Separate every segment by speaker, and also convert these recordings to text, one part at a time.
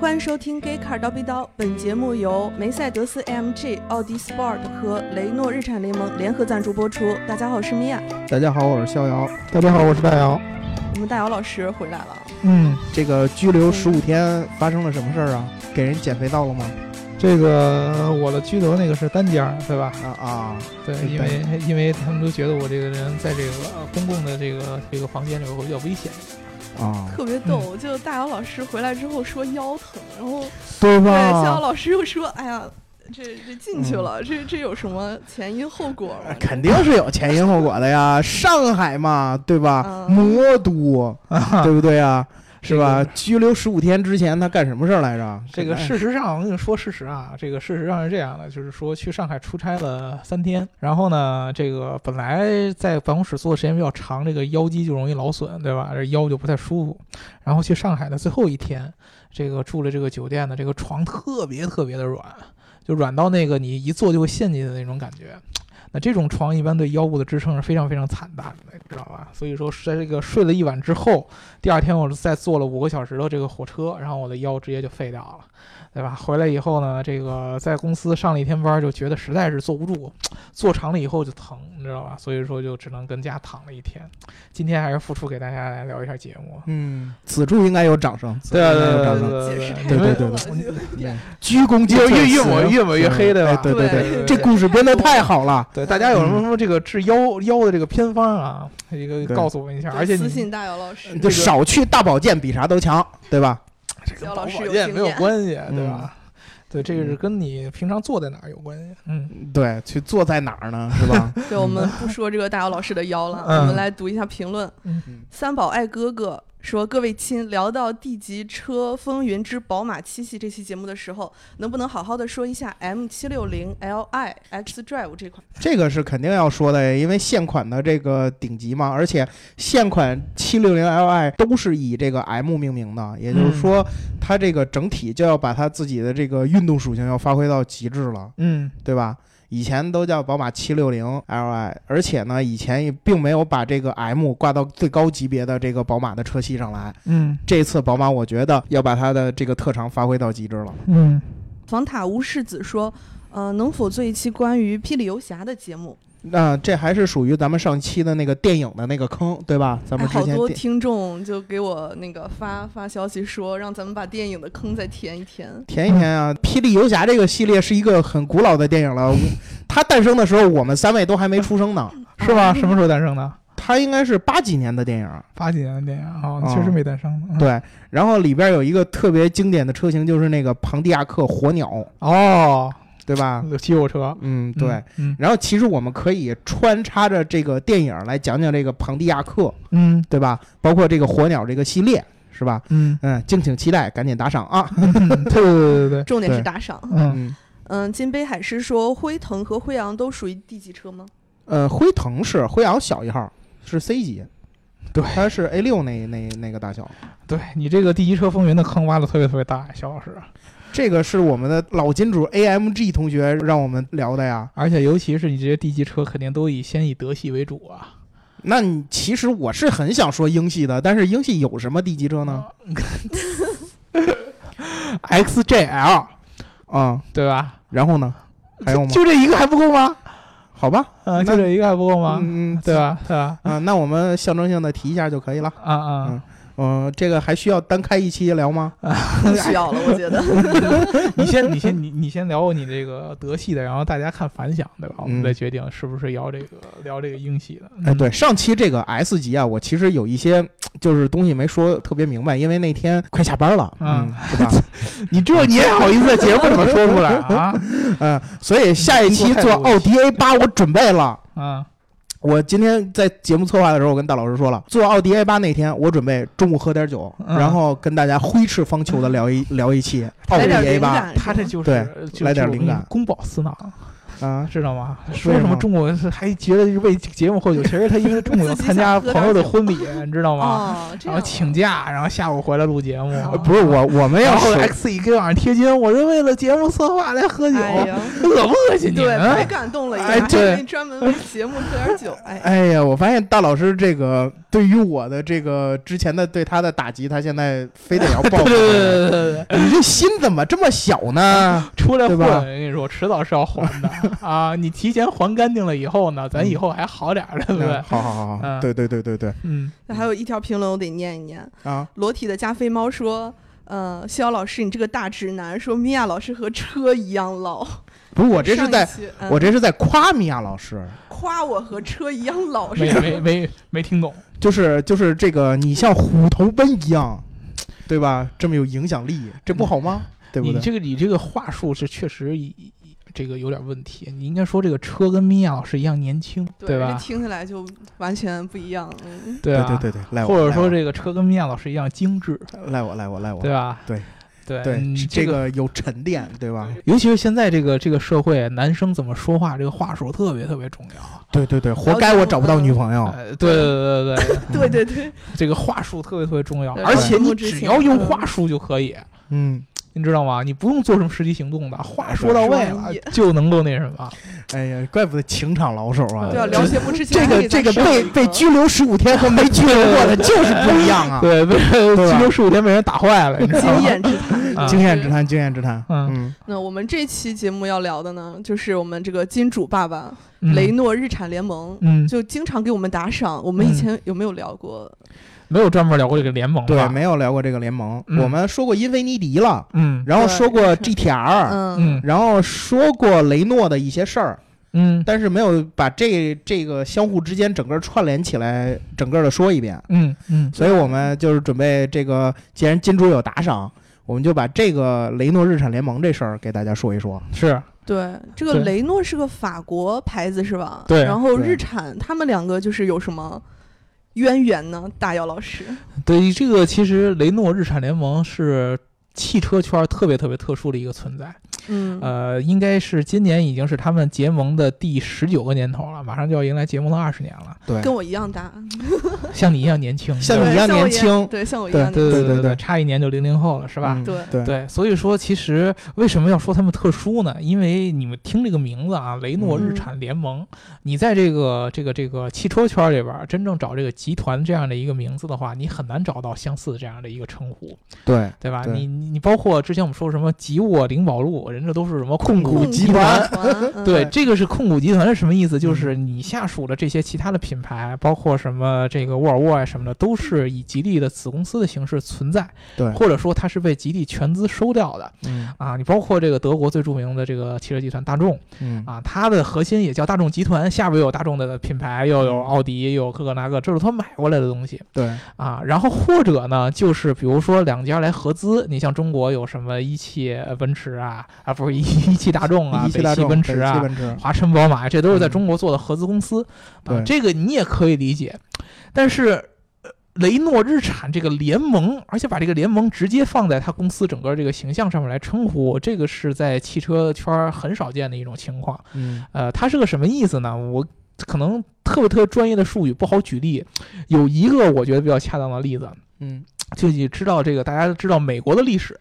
Speaker 1: 欢迎收听《Gay Car 刀逼刀》，本节目由梅赛德斯 AMG、奥迪 Sport 和雷诺日产联盟联合赞助播出。大家好，我是米娅。
Speaker 2: 大家好，我是逍遥。
Speaker 3: 大家好，我是大姚。
Speaker 1: 我们大姚老师回来了，
Speaker 3: 嗯，
Speaker 2: 这个拘留十五天发生了什么事儿啊？给人减肥到了吗？
Speaker 3: 这个呃我的拘留那个是单间儿，对吧？
Speaker 2: 啊啊，
Speaker 3: 对，
Speaker 2: 是
Speaker 3: 因
Speaker 2: 单
Speaker 3: 为因为他们都觉得我这个人在这个呃公共的这个这个房间里边会比较危险。
Speaker 2: 啊，
Speaker 1: 特别逗。就大姚老师回来之后说腰疼，然后
Speaker 2: 对
Speaker 1: 对逍遥
Speaker 2: 吧？
Speaker 1: 老师又说：“哎呀，这这进去
Speaker 2: 嗯
Speaker 1: 了，这这有什么前因后果吗？”
Speaker 2: 肯定是有前因后果的呀，上海嘛，对吧？
Speaker 1: 嗯
Speaker 2: 魔都，对不对啊？是吧
Speaker 3: 这？
Speaker 2: 拘留十五天之前他干什么事儿来着？
Speaker 3: 这个事实上，我跟你说事实啊，这个事实上是这样的，就是说去上海出差了三天，然后呢，这个本来在办公室坐的时间比较长，这个腰肌就容易劳损，对吧？这腰就不太舒服。然后去上海的最后一天，这个住了这个酒店的这个床特别特别的软，就软到那个你一坐就会陷进去的那种感觉。那这种床一般对腰部的支撑是非常非常惨淡的，知道吧？所以说，在这个睡了一晚之后，第二天我再坐了五个小时的这个火车，然后我的腰直接就废掉了，对吧？回来以后呢，这个在公司上了一天班，就觉得实在是坐不住，坐长了以后就疼，你知道吧？所以说就只能跟家躺了一天。今天还是付出给大家来聊一下节目。
Speaker 2: 嗯，此处应该有掌声，此处
Speaker 3: 对啊
Speaker 2: 应该有
Speaker 3: 对啊
Speaker 2: 掌
Speaker 3: 对
Speaker 2: 声。
Speaker 3: 啊
Speaker 1: 解释太多
Speaker 2: 对对
Speaker 1: 了，
Speaker 2: 对
Speaker 1: 就有点
Speaker 2: 鞠躬尽瘁，
Speaker 3: 越越抹越抹越
Speaker 2: 对
Speaker 3: 黑对吧
Speaker 2: 哎对对
Speaker 1: 对
Speaker 2: 对，
Speaker 1: 对
Speaker 2: 这故事编得太好了。
Speaker 3: 对，大家有什么什么这个治腰腰的这个偏方啊？这个
Speaker 2: 对
Speaker 3: 告诉我们一下。而且
Speaker 1: 嗯私
Speaker 3: 你
Speaker 1: 信大姚老师，
Speaker 2: 就少去大保健比啥都强，对吧？
Speaker 3: 这跟
Speaker 1: 肖
Speaker 3: 保
Speaker 1: 老师
Speaker 3: 保
Speaker 1: 有
Speaker 3: 健
Speaker 1: 经
Speaker 3: 没有
Speaker 1: 验嗯
Speaker 3: 关系，对吧？对，这个是跟你平常坐在哪儿有关系。嗯，
Speaker 2: 对，去坐在哪儿呢？是吧？
Speaker 1: 对，我们不说这个大姚老师的腰了，
Speaker 3: 嗯
Speaker 1: 我们来读一下评论
Speaker 3: 嗯
Speaker 2: 嗯。
Speaker 1: 三宝爱哥哥说：“各位亲，聊到地级车风云之宝马七系这期节目的时候，能不能好好的说一下 M 七六零 Li X Drive 这款？
Speaker 2: 这个是肯定要说的，因为现款的这个顶级嘛，而且现款7 6 0 Li 都是以这个 M 命名的，也就是
Speaker 1: 嗯
Speaker 2: 说，它这个整体就要把它自己的这个运动属性要发挥到极致了，
Speaker 3: 嗯，
Speaker 2: 对吧？以前都叫宝马7 6 0 Li，而且呢，以前也并没有把这个 M 挂到最高级别的这个宝马的车系上来。
Speaker 3: 嗯
Speaker 2: 这次宝马，我觉得要把它的这个特长发挥到极致了。
Speaker 3: 嗯
Speaker 1: 房塔无世子说：“呃，能否做一期关于霹雳游侠的节目？
Speaker 2: 那、这还是属于咱们上期的那个电影的那个坑，对吧？咱
Speaker 1: 哎，
Speaker 2: 们之
Speaker 1: 好
Speaker 2: 前
Speaker 1: 多
Speaker 2: 电
Speaker 1: 听众就给我那个发发消息说，让咱们把电影的坑再填一填。
Speaker 2: 填一填啊，《霹雳游侠》这个系列是一个很古老的电影了， 我它诞生的时候我们三位都还没出生呢，
Speaker 3: 是吧？什么时候诞生的？
Speaker 2: 它应该是八几年的电影。
Speaker 3: 八几年的电影啊，
Speaker 2: 啊
Speaker 3: 你确实没诞生。嗯，
Speaker 2: 对，然后里边有一个特别经典的车型，就是那个庞蒂亚克火鸟，
Speaker 3: 哦，
Speaker 2: 对吧？
Speaker 3: 有骑火车。
Speaker 2: 嗯，对。
Speaker 3: 嗯，
Speaker 2: 然后其实我们可以穿插着这个电影来讲讲这个庞蒂亚克，
Speaker 3: 嗯
Speaker 2: 对吧？包括这个火鸟这个系列，是吧？
Speaker 3: 嗯
Speaker 2: 嗯，敬请期待，赶紧打赏啊！
Speaker 3: 嗯，对对对对对，
Speaker 1: 重点是
Speaker 2: 对
Speaker 1: 打赏。
Speaker 3: 嗯，
Speaker 2: 嗯，
Speaker 1: 嗯，金杯海狮说，辉腾和辉昂都属于 D 级车吗？
Speaker 2: 呃，辉腾是辉昂小一号，是 C 级，
Speaker 3: 对
Speaker 2: 它是 A 六那那那个大小。
Speaker 3: 对你这个第一车风云的坑挖的特别特别大，肖老师。
Speaker 2: 这个是我们的老金主 AMG 同学让我们聊的呀。
Speaker 3: 而且尤其是你这些低级车，肯定都以先以德系为主啊。
Speaker 2: 那你其实我是很想说英系的，但是英系有什么低级车 呢？
Speaker 3: XJL
Speaker 2: 啊、
Speaker 3: 对吧？
Speaker 2: 然后呢？还有吗？
Speaker 3: 就这一个还不够吗？
Speaker 2: 好吧，
Speaker 3: 啊，
Speaker 2: 那
Speaker 3: 就这一个还不够吗？
Speaker 2: 嗯，
Speaker 3: 对吧？对吧？
Speaker 2: 啊、那我们象征性的提一下就可以了。
Speaker 3: 啊啊！
Speaker 2: 嗯、这个还需要单开一期聊吗？
Speaker 3: 嗯
Speaker 1: 不需要了，我觉得。
Speaker 3: 你先，你先，你你先聊你这个德系的，然后大家看反响，对吧？我们再决定是不是聊这个聊这个英系的。嗯
Speaker 2: 哎，对，上期这个 S 级啊，我其实有一些就是东西没说特别明白，因为那天快下班了，
Speaker 3: 啊
Speaker 2: 嗯，是吧？
Speaker 3: 你这你也好意思在节目里面说出来啊？
Speaker 2: 嗯，所以下一期做奥迪 A 八， 我准备了。
Speaker 3: 啊，
Speaker 2: 我今天在节目策划的时候，我跟大老师说了，做奥迪 A 八那天，我准备中午喝点酒，
Speaker 3: 嗯
Speaker 2: 然后跟大家挥斥方遒的聊一聊一期奥
Speaker 1: 来
Speaker 2: 迪
Speaker 1: 点
Speaker 2: A
Speaker 1: 灵
Speaker 2: 八。啊
Speaker 3: 呃
Speaker 1: 感，
Speaker 3: 嗯他这就是就公报私囊，
Speaker 2: 啊，
Speaker 3: 知道吗？说什
Speaker 2: 为什
Speaker 3: 么
Speaker 2: 么
Speaker 3: 中国还觉得是为节目后酒，其实他因为中午要
Speaker 1: 自己
Speaker 3: 参加
Speaker 1: 想喝
Speaker 3: 朋友
Speaker 1: 点
Speaker 3: 的
Speaker 1: 酒
Speaker 3: 婚礼，你知道吗？
Speaker 1: 哦，这样
Speaker 3: 然后
Speaker 1: 啊
Speaker 3: 请假，然后下午回来录节目。
Speaker 1: 哦
Speaker 2: 不是我，我们
Speaker 3: 然
Speaker 2: 要
Speaker 3: 后
Speaker 2: 说
Speaker 3: X 一给网上贴金，我是为了节目策划来喝酒，
Speaker 1: 哎呀，
Speaker 3: 恶不恶心你
Speaker 1: 对，白
Speaker 3: 们？啊
Speaker 1: 感动了
Speaker 2: 哎
Speaker 1: 一下，
Speaker 2: 对
Speaker 1: 因为专门为节目喝点酒，哎，
Speaker 2: 哎呀，我发现大老师这个对于我的这个之前的对他的打击，他现在非得要报复
Speaker 3: 对对对对
Speaker 2: 我。
Speaker 3: 对对对，
Speaker 2: 你这心怎么这么小 呢？
Speaker 3: 出来
Speaker 2: 对
Speaker 3: 混，
Speaker 2: 吧
Speaker 3: 我跟你说，迟早是要还 的啊！你提前还干净了以后呢，
Speaker 2: 嗯
Speaker 3: 咱以后还好点儿，对不对
Speaker 2: 嗯？好好好好，
Speaker 3: 嗯
Speaker 2: 对对对对对
Speaker 3: 嗯，
Speaker 1: 那还有一条评论我得念一念，
Speaker 2: 啊！
Speaker 1: 裸体的加菲猫说。呃，逍遥老师，你这个大直男，说米娅老师和车一样老。
Speaker 2: 不是我这
Speaker 1: 上
Speaker 2: 是
Speaker 1: 一
Speaker 2: 在，
Speaker 1: 期嗯
Speaker 2: 我这是在夸米娅老师，
Speaker 1: 夸我和车一样老是
Speaker 3: 嗯没
Speaker 1: 吧
Speaker 3: 没没没听懂，
Speaker 2: 就是就是这个，你像虎头奔一样，对吧？这么有影响力，这不好吗？对不
Speaker 3: 你
Speaker 2: 对？
Speaker 3: 这个你这个话术是确实一一这个有点问题，你应该说这个车跟米娅老师一样年轻，
Speaker 1: 对
Speaker 3: 吧
Speaker 1: 这？听起来就完全不一样。嗯，
Speaker 3: 对
Speaker 2: 对
Speaker 3: 啊
Speaker 2: 对对对，哎赖我，
Speaker 3: 或者
Speaker 2: 赖
Speaker 3: 说这个车跟米娅老师一样精致，
Speaker 2: 我赖我赖我赖我
Speaker 3: 对，吧？
Speaker 2: 对
Speaker 3: 对
Speaker 2: 对
Speaker 3: 嗯
Speaker 2: 是
Speaker 3: 这
Speaker 2: 这个有沉淀，对吧？
Speaker 3: 尤其是现在这个这个社会，男生怎么说话，这个话术特别特别重要。
Speaker 2: 对对对，活该我找不到女朋友。
Speaker 3: 呃，对对对对
Speaker 2: 嗯
Speaker 3: 对，
Speaker 1: 对对对，
Speaker 3: 这个话术特别特别重要，
Speaker 1: 对
Speaker 3: 而且
Speaker 1: 节目
Speaker 3: 你
Speaker 1: 之
Speaker 3: 只
Speaker 1: 前
Speaker 3: 要用
Speaker 1: 嗯
Speaker 3: 话术就可以，
Speaker 2: 嗯，
Speaker 3: 你知道吗？你不用做什么实际行动的，话
Speaker 2: 哎
Speaker 3: 说到
Speaker 1: 对
Speaker 3: 位
Speaker 1: 说
Speaker 3: 了
Speaker 1: 完一
Speaker 3: 就能够那什么。
Speaker 2: 哎呀，怪不得情场老手啊！
Speaker 1: 对啊，
Speaker 3: 这
Speaker 1: 聊节目之前
Speaker 2: 这个这个被被拘留十五天和没拘留过的就是不一样啊！
Speaker 3: 对，被
Speaker 2: 对吧
Speaker 3: 拘留十五天被人打坏了，你知道吗
Speaker 1: 经？验之谈。
Speaker 3: 啊
Speaker 2: 经验之谈，经验之谈。
Speaker 3: 嗯
Speaker 2: 嗯，
Speaker 1: 那我们这期节目要聊的呢，就是我们这个金主爸爸
Speaker 3: 嗯
Speaker 1: 雷诺日产联盟。
Speaker 3: 嗯，
Speaker 1: 就经常给我们打赏，我们以
Speaker 3: 嗯
Speaker 1: 前有没有聊过？
Speaker 3: 没有专门聊过这个联盟
Speaker 2: 对，
Speaker 3: 吧？
Speaker 2: 没有聊过这个联盟，
Speaker 3: 嗯
Speaker 2: 我们说过英菲尼迪了，
Speaker 3: 嗯
Speaker 2: 然后
Speaker 1: 对
Speaker 2: 说过
Speaker 1: 是
Speaker 2: GTR，
Speaker 1: 嗯，
Speaker 3: 嗯
Speaker 2: 然后说过雷诺的一些事儿，
Speaker 3: 嗯
Speaker 2: 但是没有把这这个相互之间整个串联起来，整个的说一遍。
Speaker 3: 嗯嗯
Speaker 2: 所以我们就是准备这个，既然金主有打赏，我们就把这个雷诺日产联盟这事儿给大家说一说。
Speaker 3: 是
Speaker 1: 对，这个
Speaker 3: 对
Speaker 1: 雷诺是个法国牌子是吧？
Speaker 3: 对
Speaker 1: 然后
Speaker 2: 对
Speaker 1: 日产他们两个就是有什么渊源呢？大姚老师，
Speaker 3: 对这个，其实雷诺日产联盟是。汽车圈特别特别特殊的一个存在，
Speaker 1: 嗯，
Speaker 3: 呃，应该是今年已经是他们结盟的第十九个年头了，马上就要迎来结盟的二十年了。
Speaker 2: 对，
Speaker 1: 跟我一样大，
Speaker 3: 像你一样年轻，
Speaker 2: 像
Speaker 3: 对
Speaker 2: 你一
Speaker 3: 吧
Speaker 2: 样
Speaker 1: 对
Speaker 2: 年轻
Speaker 1: 对，像我一
Speaker 2: 对
Speaker 1: 样年轻，
Speaker 3: 对对
Speaker 2: 对
Speaker 3: 对
Speaker 2: 对对
Speaker 3: 差一年就零零后了，是吧？
Speaker 2: 嗯
Speaker 1: 对
Speaker 2: 对
Speaker 3: 对，所以说其实为什么要说他们特殊呢？因为你们听这个名字啊，雷诺日产联盟，你在这个这个这个汽车圈里边儿，真正找这个集团这样的一个名字的话，你很难找到相似这样的一个称呼，
Speaker 2: 对，
Speaker 3: 对吧？
Speaker 2: 对
Speaker 3: 你你你包括之前我们说什么吉沃、灵宝路，人这都是什么控
Speaker 2: 控
Speaker 3: 股
Speaker 2: 股
Speaker 1: 集
Speaker 2: 集
Speaker 1: 团
Speaker 2: 团，
Speaker 1: 嗯
Speaker 3: 对，这个是控股集团是什么意思？就是你下属的这些其他的品牌，包括什么这个沃尔沃啊什么的，都是以吉利的子公司的形式存在，
Speaker 2: 对
Speaker 3: 或者说它是被吉利全资收掉的
Speaker 2: 嗯
Speaker 3: 啊。你包括这个德国最著名的这个汽车集团大众
Speaker 2: 嗯
Speaker 3: 啊，它的核心也叫大众集团，下边有大众的品牌，又
Speaker 2: 嗯
Speaker 3: 有奥迪，又有科克纳克，这是他买过来的东西
Speaker 2: 对，
Speaker 3: 啊。然后或者呢，就是比如说两家来合资，你像中国有什么一汽呃奔驰啊，啊不是一一汽大众啊，
Speaker 2: 一汽大众、
Speaker 3: 北汽奔驰啊
Speaker 2: 北汽，奔驰，
Speaker 3: 华晨宝马，这都是在
Speaker 2: 嗯
Speaker 3: 中国做的合资公司，啊，
Speaker 2: 对
Speaker 3: 这个你也可以理解。但是，呃雷诺日产这个联盟，而且把这个联盟直接放在它公司整个这个形象上面来称呼，这个是在汽车圈儿很少见的一种情况。
Speaker 2: 嗯
Speaker 3: 呃，它是个什么意思呢？我可能特别特别专业的术语不好举例，有一个我觉得比较恰当的例子，
Speaker 2: 嗯
Speaker 3: 就你知道这个，大家都知道美国的历史。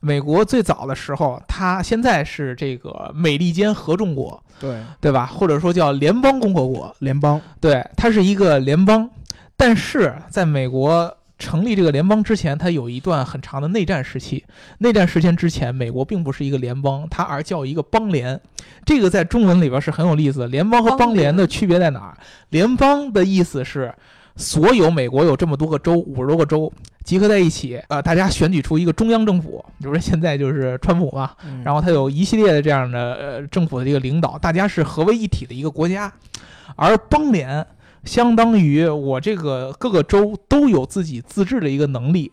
Speaker 3: 美国最早的时候，它现在是这个美利坚合众国，
Speaker 2: 对，
Speaker 3: 对吧？或者说叫联邦共和国，
Speaker 2: 联邦，
Speaker 3: 对，它是一个联邦。但是在美国成立这个联邦之前，它有一段很长的内战时期。内战时间之前，美国并不是一个联邦，它而叫一个邦联。这个在中文里边是很有意思的。联邦和邦联的区别在哪儿？联邦的意思是。所有美国有这么多个州，五十多个州集合在一起，呃，大家选举出一个中央政府，比如说现在就是川普嘛，然
Speaker 2: 后
Speaker 3: 后它有一系列的这样的呃政府的这个领导，大家是合为一体的一个国家，而邦联相当于我这个各个州都有自己自治的一个能力。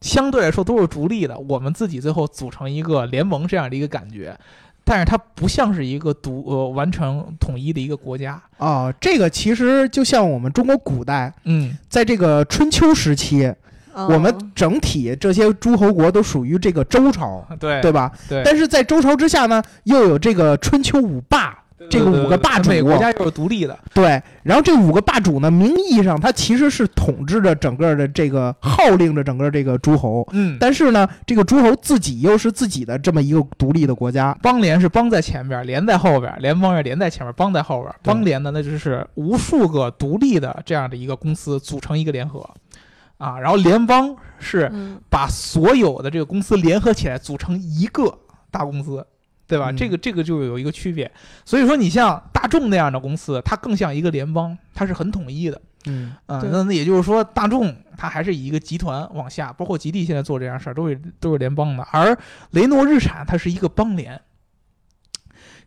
Speaker 3: 相对来说都是逐利的，我们自己最后组成一个联盟这样的一个感觉，但是它不像是一个独呃完成统一的一个国家。
Speaker 2: 哦啊，这个其实就像我们中国古代
Speaker 3: 嗯，
Speaker 2: 在这个春秋时期，
Speaker 1: 嗯哦
Speaker 2: 我们整体这些诸侯国都属于这个周朝，
Speaker 3: 对
Speaker 2: 对吧？
Speaker 3: 对
Speaker 2: 但是在周朝之下呢，又有这个春秋五霸，这个五个霸主
Speaker 3: 每个国家又是独立的，
Speaker 2: 对。然后这五个霸主呢，名义上他其实是统治着整个的这个号令着整个这个诸侯，
Speaker 3: 嗯，
Speaker 2: 但是呢，这个诸侯自己又是自己的这么一个独立的国家，
Speaker 3: 邦联是邦在前边，联在后边，联邦是联在前边，邦在后边。
Speaker 2: 对
Speaker 3: 邦联呢，那就是无数个独立的这样的一个公司组成一个联合，啊，然后联邦是
Speaker 1: 嗯
Speaker 3: 把所有的这个公司联合起来组成一个大公司，对吧？
Speaker 2: 嗯
Speaker 3: 这个这个就有一个区别。所以说，你像大众那样的公司，它更像一个联邦，它是很统一的。
Speaker 2: 嗯，
Speaker 3: 啊、
Speaker 1: 对
Speaker 3: 那那也就是说，大众它还是以一个集团往下，包括吉利现在做这样事儿，都是都是联邦的。而雷诺日产它是一个邦联，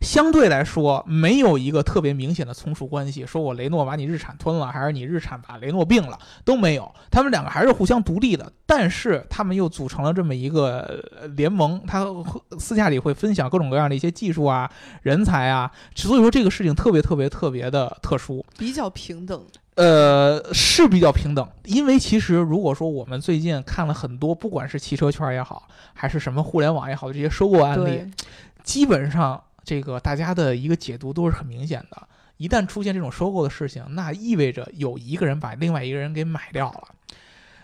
Speaker 3: 相对来说没有一个特别明显的从属关系，说我雷诺把你日产吞了，还是你日产把雷诺并了，都没有。他们两个还是互相独立的，但是他们又组成了这么一个呃联盟，他私下里会分享各种各样的一些技术啊、人才啊，所以说这个事情特别特别特别的特殊。
Speaker 1: 比较平等，
Speaker 3: 呃，是比较平等，因为其实如果说我们最近看了很多，不管是汽车圈也好，还是什么互联网也好的这些收购案例，
Speaker 1: 对，
Speaker 3: 基本上这个大家的一个解读都是很明显的。一旦出现这种收购的事情，那意味着有一个人把另外一个人给买掉了，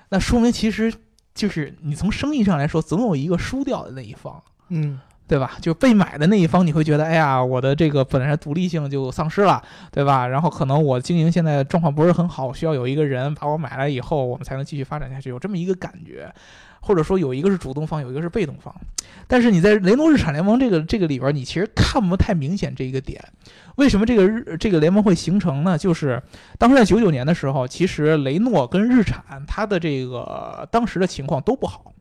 Speaker 3: 那说明其实就是你从生意上来说，总有一个输掉的那一方。
Speaker 2: 嗯，
Speaker 3: 对吧？就是被买的那一方，你会觉得，哎呀，我的这个本来独立性就丧失了，对吧？然后可能我经营现在状况不是很好，我需要有一个人把我买来以后，我们才能继续发展下去，有这么一个感觉，或者说有一个是主动方，有一个是被动方。但是你在雷诺日产联盟这个这个里边，你其实看不太明显这一个点。为什么这个日这个联盟会形成呢？就是当时在九九年的时候，其实雷诺跟日产它的这个当时的情况都不好。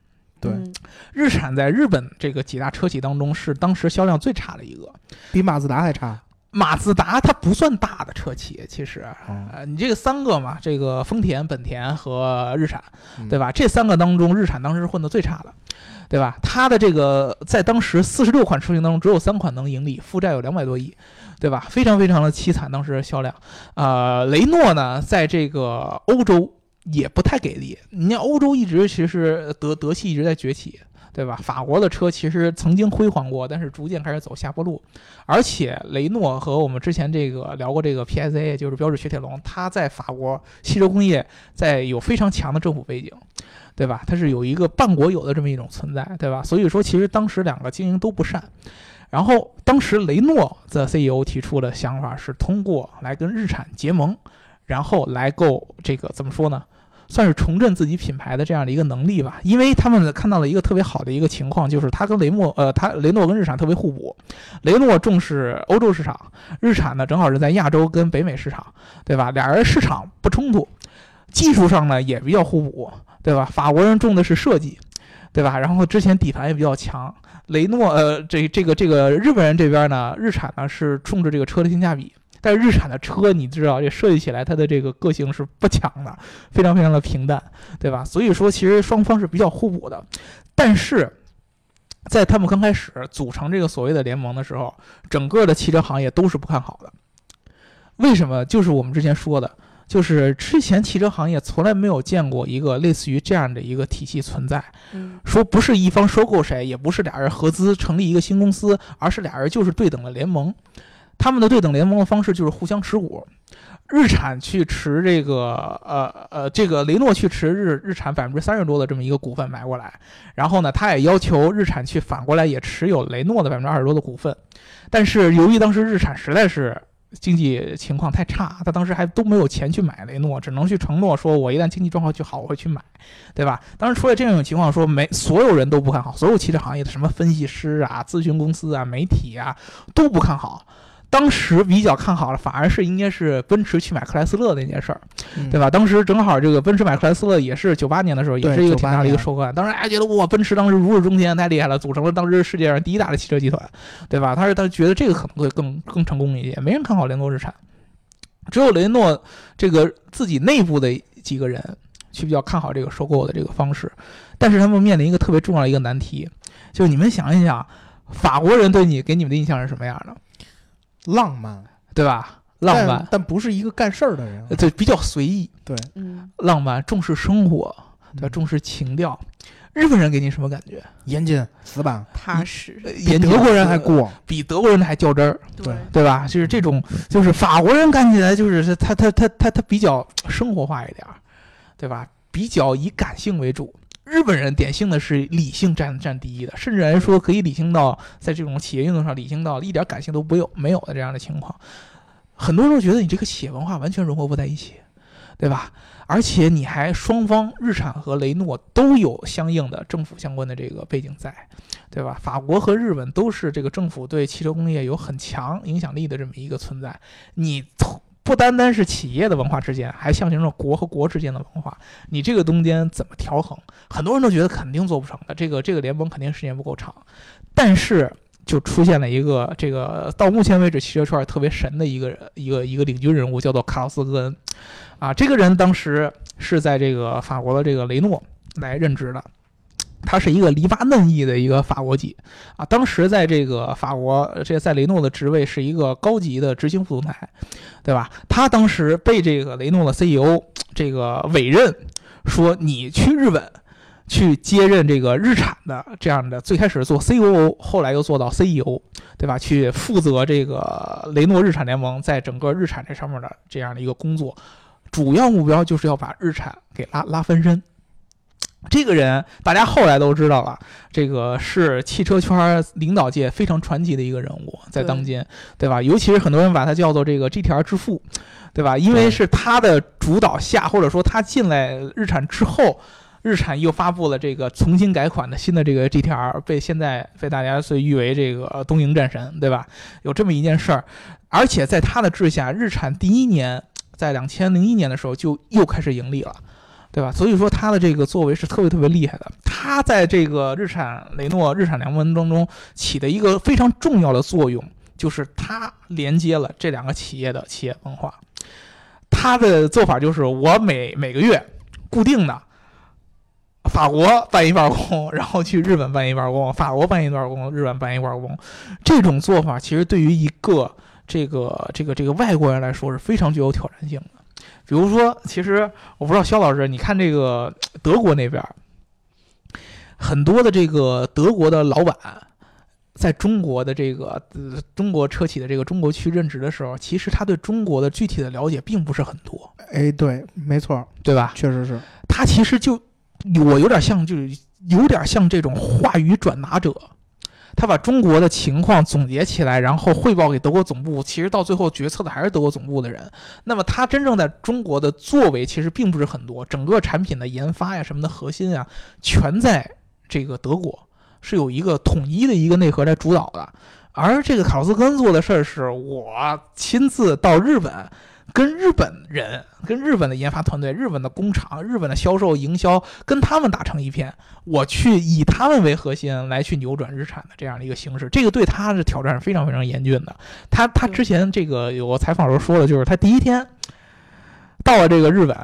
Speaker 2: 对
Speaker 1: 嗯
Speaker 3: 日产在日本这个几大车企当中是当时销量最差的一个。
Speaker 2: 比马自达还差，
Speaker 3: 马自达它不算大的车企，其实，
Speaker 2: 嗯
Speaker 3: 呃，你这个三个嘛，这个丰田、本田和日产，
Speaker 2: 嗯
Speaker 3: 对吧？这三个当中，日产当时是混得最差的，对吧？它的这个在当时四十六款车型当中，只有三款能盈利，负债有两百多亿，对吧？非常非常的凄惨，当时的销量。呃，雷诺呢，在这个欧洲也不太给力，你看欧洲一直其实德德系一直在崛起。对吧？法国的车其实曾经辉煌过，但是逐渐开始走下坡路。而且雷诺和我们之前这个聊过这个 PSA，也就是标致雪铁龙，它在法国汽车工业在有非常强的政府背景，对吧？它是有一个半国有的这么一种存在，对吧？所以说，其实当时两个经营都不善。然后当时雷诺的 CEO 提出的想法是通过来跟日产结盟，然后来购这个怎么说呢？算是重振自己品牌的这样的一个能力吧，因为他们看到了一个特别好的一个情况，就是他跟雷诺，呃，他雷诺跟日产特别互补，雷诺重视欧洲市场，日产呢正好是在亚洲跟北美市场，对吧？俩人市场不冲突，技术上呢也比较互补，对吧？法国人重的是设计，对吧？然后之前底盘也比较强。雷诺，呃，这这个这个日本人这边呢，日产呢是重视这个车的性价比，但是日产的车你知道，这设计起来它的这个个性是不强的，非常非常的平淡，对吧？所以说其实双方是比较互补的，但是。在他们刚开始组成这个所谓的联盟的时候，整个的汽车行业都是不看好的。为什么？就是我们之前说的，就是之前汽车行业从来没有见过一个类似于这样的一个体系存在。
Speaker 1: 嗯
Speaker 3: 说不是一方收购谁，也不是俩人合资成立一个新公司，而是俩人就是对等的联盟。他们的对等联盟的方式就是互相持股，日产去持这个呃呃这个雷诺去持日日产百分之三十多的这么一个股份买过来，然后呢，他也要求日产去反过来也持有雷诺的百分之二十多的股份，但是由于当时日产实在是。经济情况太差，他当时还都没有钱去买雷诺，只能去承诺说，我一旦经济状况去好，我会去买。对吧？当时出现这种情况说，没所有人都不看好，所有汽车行业的什么分析师啊、咨询公司啊、媒体啊都不看好。当时比较看好的反而是应该是奔驰去买克莱斯勒那件事儿，
Speaker 2: 嗯
Speaker 3: 对吧？当时正好这个奔驰买克莱斯勒也是九八年的时候，也
Speaker 2: 对
Speaker 3: 是一个挺
Speaker 2: 98
Speaker 3: 大的一个
Speaker 2: 年
Speaker 3: 收购案。当时哎大家觉得哇，奔驰当时如日中天，太厉害了，组成了当时世界上第一大的汽车集团，对吧？他是他觉得这个可能会更更成功一些，没人看好雷诺日产，只有雷诺这个自己内部的几个人去比较看好这个收购的这个方式，但是他们面临一个特别重要的一个难题，就是你们想一想，法国人对你给你们的印象是什么样的，
Speaker 2: 浪漫，
Speaker 3: 对吧？浪漫呃
Speaker 2: 但，但不是一个干事儿的人啊，
Speaker 3: 呃对，比较随意，
Speaker 2: 对，
Speaker 1: 嗯
Speaker 3: 浪漫，重视生活，对吧？重视情调。日本人给你什么感觉？
Speaker 2: 严谨死板，
Speaker 1: 踏实，
Speaker 3: 呃
Speaker 2: 比
Speaker 3: 严谨
Speaker 2: 德国人还过。
Speaker 3: 比德国人还较真儿，
Speaker 2: 对
Speaker 3: 嗯对吧？就是这种，就是法国人干起来就是他他他他他比较生活化一点儿，对吧？比较以感性为主。日本人典型的是理性占占第一的，甚至来说可以理性到在这种企业运动上理性到一点感性都没有没有的这样的情况。很多时候觉得你这个企业文化完全融合不在一起，对吧？而且你还双方日产和雷诺都有相应的政府相关的这个背景在，对吧？法国和日本都是这个政府对汽车工业有很强影响力的这么一个存在。你从不单单是企业的文化之间，还象征着国和国之间的文化。你这个中间怎么调衡？很多人都觉得肯定做不成的，这个这个联盟肯定时间不够长。但是就出现了一个这个到目前为止汽车圈特别神的一个一个一个领军人物，叫做卡洛斯·戈恩。啊，这个人当时是在这个法国的这个雷诺来任职的。他是一个黎巴嫩裔的一个法国籍，啊，当时在这个法国，呃这在雷诺的职位是一个高级的执行副总裁，对吧？他当时被这个雷诺的 CEO 这个委任，说你去日本去接任这个日产的这样的，最开始做 COO，后来又做到 CEO，对吧？去负责这个雷诺日产联盟在整个日产这上面的这样的一个工作，主要目标就是要把日产给拉拉翻身。这个人大家后来都知道了，这个是汽车圈领导界非常传奇的一个人物，在
Speaker 1: 对
Speaker 3: 当今，对吧？尤其是很多人把他叫做这个 GTR 之父，对吧？因为
Speaker 2: 对
Speaker 3: 是他的主导下，或者说他进来日产之后，日产又发布了这个重新改款的新的这个 GTR，被现在被大家所誉为这个呃东瀛战神，对吧？有这么一件事儿，而且在他的治下，日产第一年在两千零一年的时候就又开始盈利了。对吧？所以说他的这个作为是特别特别厉害的。他在这个日产雷诺、日产联盟当中起的一个非常重要的作用，就是他连接了这两个企业的企业文化。他的做法就是，我每每个月固定的法国办一半工，然后去日本办一半工，法国办一半工，日本办一半工。这种做法其实对于一个这个这个这个外国人来说是非常具有挑战性的。比如说，其实我不知道肖老师，你看这个德国那边儿，很多的这个德国的老板。在中国的这个、呃、中国车企的这个中国区任职的时候，其实他对中国的具体的了解并不是很多，
Speaker 2: 哎，对，没错，
Speaker 3: 对吧？
Speaker 2: 确实是。
Speaker 3: 他其实就我有点像，就是有点像这种话语转达者，他把中国的情况总结起来，然后汇报给德国总部。其实到最后决策的还是德国总部的人。那么他真正在中国的作为其实并不是很多，整个产品的研发呀什么的核心啊，全在这个德国，是有一个统一的一个内核来主导的。而这个卡洛斯根做的事儿是我亲自到日本跟日本人、跟日本的研发团队、日本的工厂、日本的销售营销，跟他们打成一片，我去以他们为核心来去扭转日产的这样的一个形势，这个对他的挑战是非常非常严峻的。他他之前这个有个采访的时候说的就是他第一天到了这个日本，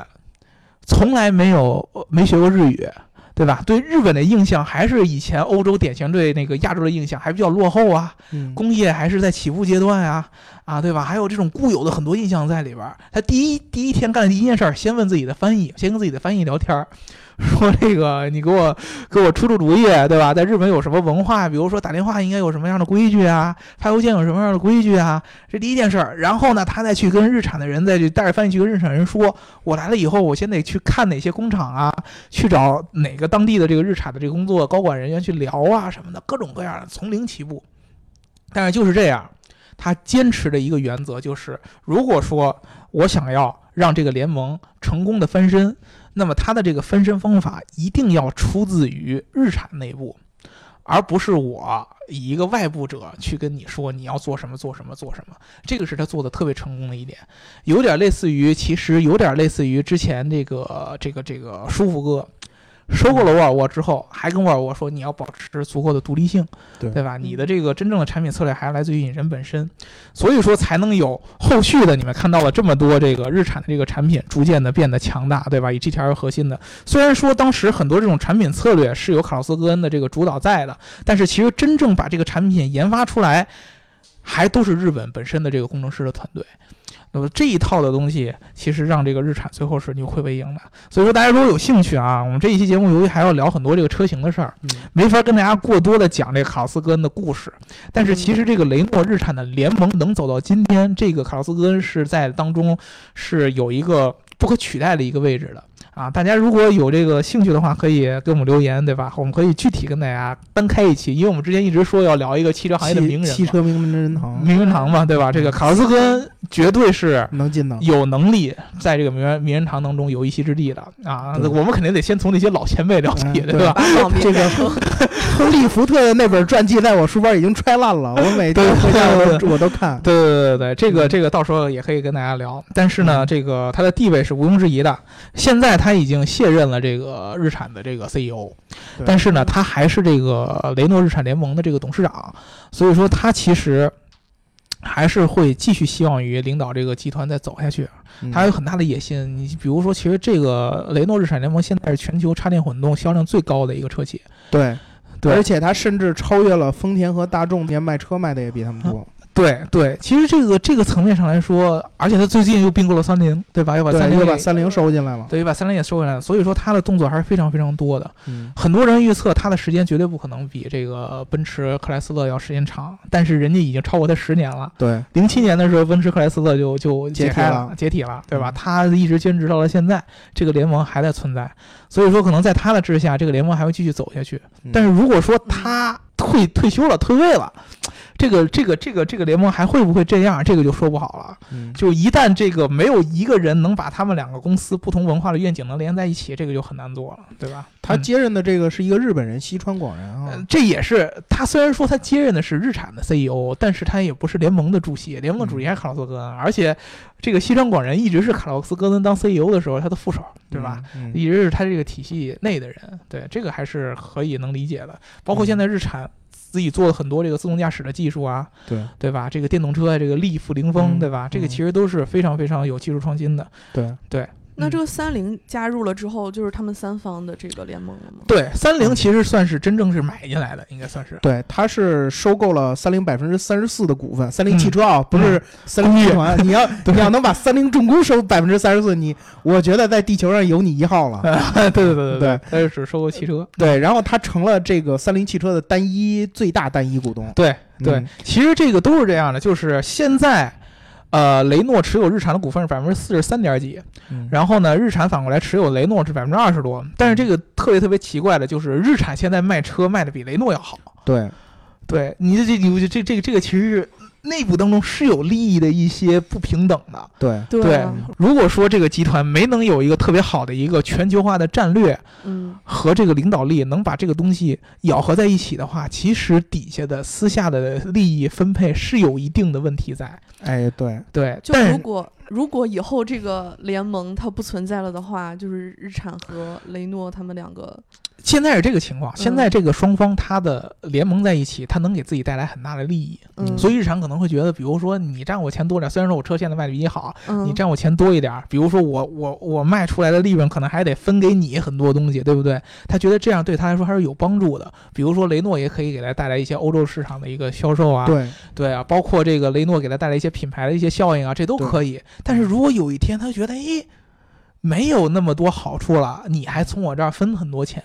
Speaker 3: 从来没有没学过日语。对吧？对日本的印象还是以前欧洲典型对那个亚洲的印象还比较落后啊，
Speaker 2: 嗯，
Speaker 3: 工业还是在起步阶段啊，啊，对吧？还有这种固有的很多印象在里边儿。他第一第一天干的第一件事儿，先问自己的翻译，先跟自己的翻译聊天儿， 说这个你给我给我出出主意，对吧？在日本有什么文化？比如说打电话应该有什么样的规矩啊？发邮件有什么样的规矩啊？这第一件事儿。然后呢，他再去跟日产的人再去带着翻译去跟日产人说，我来了以后，我先得去看哪些工厂啊，去找哪个当地的这个日产的这个工作高管人员去聊啊什么的，各种各样的，从零起步。但是就是这样，他坚持的一个原则就是，如果说我想要让这个联盟成功的翻身，那么他的这个翻身方法一定要出自于日产内部，而不是我以一个外部者去跟你说你要做什么做什么做什么。这个是他做的特别成功的一点，有点类似于，其实有点类似于之前这个这个这个舒服哥。收购了沃尔沃之后，还跟沃尔沃说你要保持足够的独立性，
Speaker 2: 对
Speaker 3: 对吧？你的这个真正的产品策略还是来自于你人本身，所以说才能有后续的。你们看到了这么多这个日产的这个产品逐渐的变得强大，对吧？以 GTR 为核心的，虽然说当时很多这种产品策略是有卡洛斯·戈恩的这个主导在的，但是其实真正把这个产品研发出来，还都是日本本身的这个工程师的团队。那么这一套的东西，其实让这个日产最后是扭亏为盈的。所以说，大家如果有兴趣啊，我们这一期节目由于还要聊很多这个车型的事儿，
Speaker 2: 嗯
Speaker 3: 没法跟大家过多的讲这个卡洛斯戈恩的故事。但是其实这个雷诺日产的联盟能走到今天，这个卡洛斯戈恩是在当中是有一个不可取代的一个位置的。啊，大家如果有这个兴趣的话，可以给我们留言，对吧？我们可以具体跟大家单开一期，因为我们之前一直说要聊一个汽车行业的名人嘛，
Speaker 2: 汽汽车名人堂
Speaker 3: 名人堂嘛，对吧？这个卡洛斯戈恩绝对是
Speaker 2: 能进的，
Speaker 3: 有能力在这个名人名人堂当中有一席之地的啊！
Speaker 2: 对
Speaker 3: 我们肯定得先从那些老前辈了解，
Speaker 2: 嗯
Speaker 3: 对吧？
Speaker 1: 把网民
Speaker 2: 这个
Speaker 1: 改成
Speaker 2: 亨利·福特的那本传记在我书包已经揣烂 了，我每天回家我都我都看。
Speaker 3: 对对对对，这
Speaker 2: 嗯
Speaker 3: 个这个到时候也可以跟大家聊。但是呢，
Speaker 2: 嗯
Speaker 3: 这个他的地位是毋庸置疑的。现在他已经卸任了这个日产的这个 CEO，
Speaker 2: 对
Speaker 3: 但是呢，他还是这个雷诺日产联盟的这个董事长，所以说他其实还是会继续希望于领导这个集团再走下去。
Speaker 2: 嗯
Speaker 3: 他有很大的野心。你比如说，其实这个雷诺日产联盟现在是全球插电混动销量最高的一个车企。
Speaker 2: 对。
Speaker 3: 对
Speaker 2: 而且他甚至超越了丰田和大众，连卖车卖的也比他们
Speaker 3: 嗯
Speaker 2: 多。
Speaker 3: 对对，其实这个这个层面上来说，而且他最近又并购了三菱，对吧？又把三
Speaker 2: 对，
Speaker 3: 菱
Speaker 2: 又
Speaker 3: 给
Speaker 2: 把三菱收进来了。
Speaker 3: 对，又把三菱也收回来了。所以说，他的动作还是非常非常多的。
Speaker 2: 嗯，
Speaker 3: 很多人预测他的时间绝对不可能比这个奔驰、克莱斯勒要时间长，但是人家已经超过他十年了。
Speaker 2: 对，
Speaker 3: 零七年的时候，奔驰克莱斯勒就就
Speaker 2: 解体
Speaker 3: 解开
Speaker 2: 了
Speaker 3: 解体了，对吧？
Speaker 2: 嗯
Speaker 3: 他一直坚持到了现在，这个联盟还在存在，所以说可能在他的治下，这个联盟还会继续走下去。
Speaker 2: 嗯
Speaker 3: 但是如果说他退退休了、退位了，这个这个这个这个联盟还会不会这样？这个就说不好了。
Speaker 2: 嗯
Speaker 3: 就一旦这个没有一个人能把他们两个公司不同文化的愿景能连在一起，这个就很难做了，对吧？
Speaker 2: 他
Speaker 3: 嗯
Speaker 2: 接任的这个是一个日本人，西川广人啊
Speaker 3: 呃。这也是他虽然说他接任的是日产的 CEO，但是他也不是联盟的主席，联盟的主席还是卡洛斯戈恩，而且这个西川广人一直是卡洛斯戈恩当 CEO 的时候他的副手，对吧？
Speaker 2: 嗯？嗯
Speaker 3: 一直是他这个体系内的人，对这个还是可以能理解的。包括现在日产自己做了很多这个自动驾驶的技术啊，
Speaker 2: 对
Speaker 3: 对吧？这个电动车啊，这个力富凌风，
Speaker 2: 嗯
Speaker 3: 对吧？这个
Speaker 2: 嗯
Speaker 3: 其实都是非常非常有技术创新的。
Speaker 2: 对，
Speaker 1: 那这个三菱加入了之后，就是他们三方的这个联盟了吗？
Speaker 3: 对三菱其实算是真正是买进来的，应该算是。
Speaker 2: 对，他是收购了三菱百分之三十四的股份，三菱汽车啊，不
Speaker 3: 嗯
Speaker 2: 是三菱集团。你要
Speaker 3: 对
Speaker 2: 你要能把三菱重工收百分之三十四，你我觉得在地球上有你一号了。
Speaker 3: 对对 对
Speaker 2: 对，
Speaker 3: 他是只收购汽车。
Speaker 2: 对，然后他成了这个三菱汽车的单一最大单一股东。
Speaker 3: 对对
Speaker 2: 嗯，
Speaker 3: 其实这个都是这样的，就是现在，呃，雷诺持有日产的股份是百分之四十三点几，
Speaker 2: 嗯
Speaker 3: 然后呢，日产反过来持有雷诺是百分之二十多。但是这个特别特别奇怪的就是，日产现在卖车卖的比雷诺要好。
Speaker 2: 对，
Speaker 3: 对，你这这你这这这个这个其实是内部当中是有利益的一些不平等的。
Speaker 2: 对，
Speaker 1: 对
Speaker 3: 对
Speaker 1: 啊
Speaker 3: 如果说这个集团没能有一个特别好的一个全球化的战略
Speaker 1: 嗯，
Speaker 3: 和这个领导力，能把这个东西咬合在一起的话，其实底下的私下的利益分配是有一定的问题在。
Speaker 2: 哎，对，
Speaker 3: 对，
Speaker 1: 就
Speaker 3: 但
Speaker 1: 如果如果以后这个联盟它不存在了的话，就是日产和雷诺他们两个，
Speaker 3: 现在是这个情
Speaker 1: 嗯
Speaker 3: 况，现在这个双方它的联盟在一起，它能给自己带来很大的利益，
Speaker 1: 嗯，
Speaker 3: 所以日产可能会觉得，比如说你占我钱多点，虽然说我车现在卖的比你好，
Speaker 1: 嗯
Speaker 3: 你占我钱多一点儿，比如说我我我卖出来的利润可能还得分给你很多东西，对不对？他觉得这样对他来说还是有帮助的，比如说雷诺也可以给他带来一些欧洲市场的一个销售啊，
Speaker 2: 对，
Speaker 3: 对啊，包括这个雷诺给他带来一些品牌的一些效应啊，这都可以。但是
Speaker 2: 嗯
Speaker 3: 如果有一天他觉得，诶，没有那么多好处了，你还从我这儿分很多钱，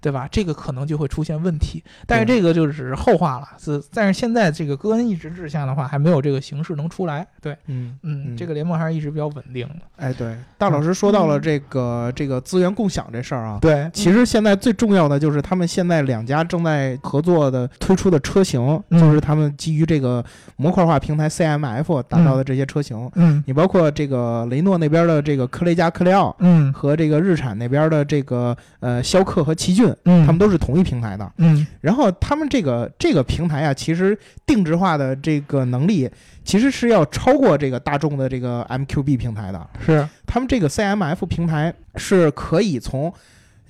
Speaker 3: 对吧？这个可能就会出现问题。但是
Speaker 2: 对
Speaker 3: 这个就只是后话了。是，但是现在这个戈恩一直治下的话，还没有这个形势能出来。对，
Speaker 2: 嗯
Speaker 3: 嗯，
Speaker 2: 嗯
Speaker 3: 这个联盟还是一直比较稳定的。
Speaker 2: 哎，对，大老师说到了这个这个资源共享这事儿啊。
Speaker 3: 嗯对，
Speaker 2: 其实现在最重要的就是他们现在两家正在合作的推出的车型，
Speaker 3: 嗯
Speaker 2: 就是他们基于这个模块化平台 CMF 打造的这些车型。
Speaker 3: 嗯
Speaker 2: 你包括这个雷诺那边的这个科雷嘉、科雷傲，
Speaker 3: 嗯
Speaker 2: 和这个日产那边的这个呃逍客和奇骏，
Speaker 3: 嗯，
Speaker 2: 他们都是同一平台的。
Speaker 3: 嗯
Speaker 2: 然后他们这个这个平台啊，其实定制化的这个能力，其实是要超过这个大众的这个 MQB 平台的。
Speaker 3: 是
Speaker 2: 他们这个 CMF 平台是可以从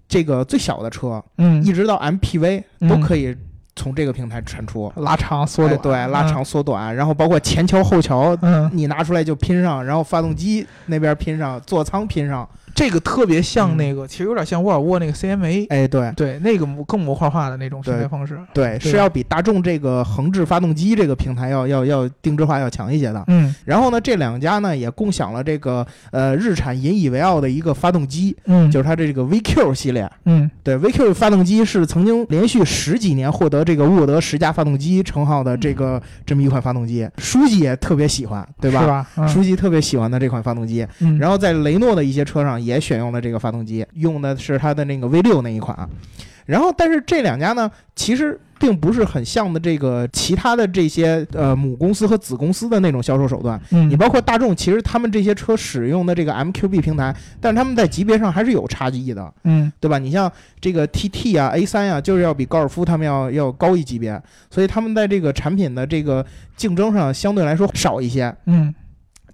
Speaker 2: 这个最小的车
Speaker 3: 嗯
Speaker 2: 一直到 MPV
Speaker 3: 嗯
Speaker 2: 都可以从这个平台产出，
Speaker 3: 拉长缩短，嗯
Speaker 2: 哎对，拉长缩短，然后包括前桥后桥。
Speaker 3: 嗯。嗯
Speaker 2: 你拿出来就拼上，然后发动机那边拼上，座舱拼上，
Speaker 3: 这个特别像
Speaker 2: 嗯
Speaker 3: 那个，其实有点像沃尔沃那个 CMA，
Speaker 2: 哎，对
Speaker 3: 对，那个模更模块化的那种
Speaker 2: 对
Speaker 3: 生产方式。
Speaker 2: 对，
Speaker 3: 对
Speaker 2: 是要比大众这个横置发动机这个平台要要要定制化要强一些的。
Speaker 3: 嗯
Speaker 2: 然后呢，这两家呢也共享了这个呃日产引以为傲的一个发动机，
Speaker 3: 嗯，
Speaker 2: 就是它这个 VQ 系列。
Speaker 3: 嗯
Speaker 2: 对，VQ 发动机是曾经连续十几年获得这个沃德十佳发动机称号的这个这么一款发动机，书记也特别喜欢，对
Speaker 3: 嗯是吧？嗯
Speaker 2: 书记特别喜欢的这款发动机，
Speaker 3: 嗯，
Speaker 2: 然后在雷诺的一些车上也选用了这个发动机，用的是它的那个 V 六那一款啊。然后，但是这两家呢，其实并不是很像的这个其他的这些呃母公司和子公司的那种销售手段。
Speaker 3: 嗯
Speaker 2: 你包括大众，其实他们这些车使用的这个 MQB 平台，但是他们在级别上还是有差异的。
Speaker 3: 嗯
Speaker 2: 对吧？你像这个 TT 啊、A 三啊，就是要比高尔夫他们要要高一级别，所以他们在这个产品的这个竞争上相对来说少一些。
Speaker 3: 嗯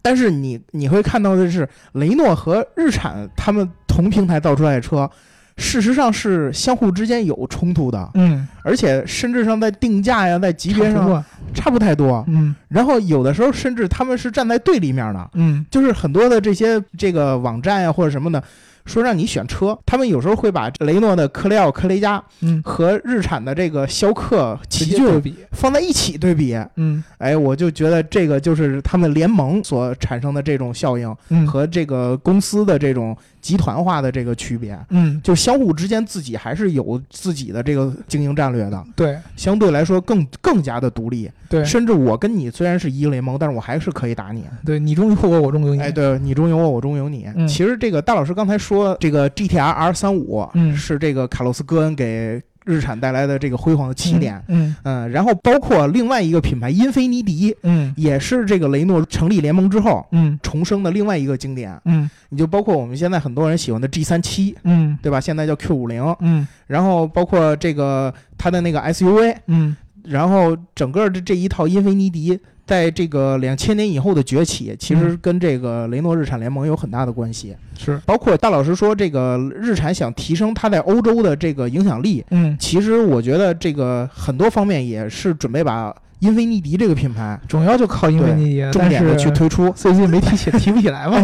Speaker 2: 但是你你会看到的是，雷诺和日产他们同平台造出来的车，事实上是相互之间有冲突的，
Speaker 3: 嗯，
Speaker 2: 而且甚至上在定价呀、在级别
Speaker 3: 差不
Speaker 2: 上啊
Speaker 3: 多
Speaker 2: 差不太多。
Speaker 3: 嗯
Speaker 2: 然后有的时候甚至他们是站在对立面的，
Speaker 3: 嗯
Speaker 2: 就是很多的这些这个网站呀、或者什么的，说让你选车，他们有时候会把雷诺的科雷傲、科雷嘉
Speaker 3: 嗯，
Speaker 2: 和日产的这个逍客、
Speaker 3: 直
Speaker 2: 奇
Speaker 3: 接对
Speaker 2: 骏
Speaker 3: 比，
Speaker 2: 放在一起对比，
Speaker 3: 嗯
Speaker 2: 哎，我就觉得这个就是他们联盟所产生的这种效应
Speaker 3: 嗯
Speaker 2: 和这个公司的这种集团化的这个区别。
Speaker 3: 嗯
Speaker 2: 就相互之间自己还是有自己的这个经营战略的，
Speaker 3: 对
Speaker 2: 相对来说更更加的独立。
Speaker 3: 对
Speaker 2: 甚至我跟你虽然是一个联盟，但是我还是可以打你。
Speaker 3: 对，你中有我，我中有你，
Speaker 2: 哎，对你中有我，我中有你。
Speaker 3: 嗯
Speaker 2: 其实这个大老师刚才说，这个 GTR R 三五
Speaker 3: 嗯
Speaker 2: 是这个卡洛斯·戈恩给日产带来的这个辉煌的起点。
Speaker 3: 嗯
Speaker 2: 嗯然后包括另外一个品牌英菲尼迪，
Speaker 3: 嗯
Speaker 2: 也是这个雷诺成立联盟之后
Speaker 3: 嗯
Speaker 2: 重生的另外一个经典。
Speaker 3: 嗯
Speaker 2: 你就包括我们现在很多人喜欢的 G 三七，
Speaker 3: 嗯
Speaker 2: 对吧？现在叫 Q 五零，
Speaker 3: 嗯
Speaker 2: 然后包括这个它的那个 SUV，
Speaker 3: 嗯
Speaker 2: 然后整个这这一套英菲尼迪在这个两千年以后的崛起，其实跟这个雷诺日产联盟有很大的关系。
Speaker 3: 是
Speaker 2: 包括大老师说，这个日产想提升它在欧洲的这个影响力，
Speaker 3: 嗯
Speaker 2: 其实我觉得这个很多方面也是准备把英菲尼迪这个品牌
Speaker 3: 总要就靠英菲尼迪，
Speaker 2: 重点的去推出。
Speaker 3: 最近没提起提不起来嘛，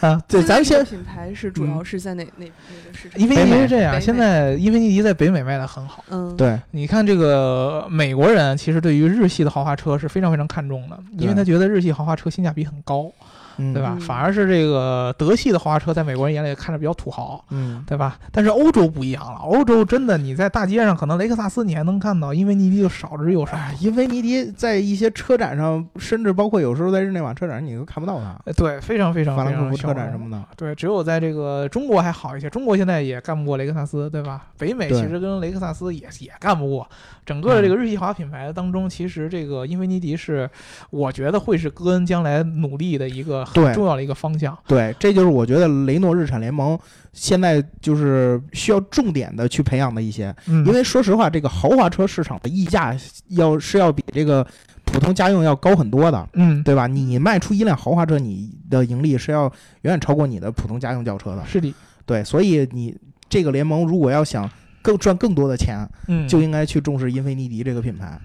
Speaker 3: 啊。
Speaker 2: 对，
Speaker 1: 现在
Speaker 2: 咱
Speaker 1: 这个
Speaker 2: 先
Speaker 1: 品牌是主
Speaker 3: 嗯
Speaker 1: 要是在哪哪哪个市场？
Speaker 3: 英菲尼迪是这样，现在英菲尼迪在北美卖的很好。
Speaker 1: 嗯，
Speaker 2: 对
Speaker 3: 你看，这个美国人其实对于日系的豪华车是非常非常看重的，因为他觉得日系豪华车性价比很高，
Speaker 2: 嗯
Speaker 3: 对吧？
Speaker 1: 嗯
Speaker 3: 反而是这个德系的豪华车，在美国人眼里看着比较土豪，
Speaker 2: 嗯，
Speaker 3: 对吧？但是欧洲不一样了，欧洲真的你在大街上，可能雷克萨斯你还能看到，因为你就少之又少。
Speaker 2: 哎，英菲尼迪在一些车展上，甚至包括有时候在日内瓦车展上，你都看不到它。
Speaker 3: 呃对，非常非常
Speaker 2: 法
Speaker 3: 非
Speaker 2: 兰克
Speaker 3: 常
Speaker 2: 福车
Speaker 3: 小
Speaker 2: 展
Speaker 3: 众
Speaker 2: 什么的，
Speaker 3: 对，只有在这个中国还好一些，中国现在也干不过雷克萨斯，对吧？北美其
Speaker 2: 对嗯
Speaker 3: 实跟雷克萨斯也也干不过。整个的这个日系豪华品牌当中，其实这个英菲尼迪是，我觉得会是戈恩将来努力的一个很
Speaker 2: 对
Speaker 3: 重要的一个方向。
Speaker 2: 对，这就是我觉得雷诺日产联盟现在就是需要重点的去培养的一些，
Speaker 3: 嗯，
Speaker 2: 因为说实话，这个豪华车市场的溢价要是要比这个普通家用要高很多的，
Speaker 3: 嗯，
Speaker 2: 对吧？你卖出一辆豪华车，你的盈利是要远远超过你的普通家用轿车的，
Speaker 3: 嗯是的，
Speaker 2: 对，所以你这个联盟如果要想更赚更多的钱，
Speaker 3: 嗯，
Speaker 2: 就应该去重视英菲尼迪这个品牌。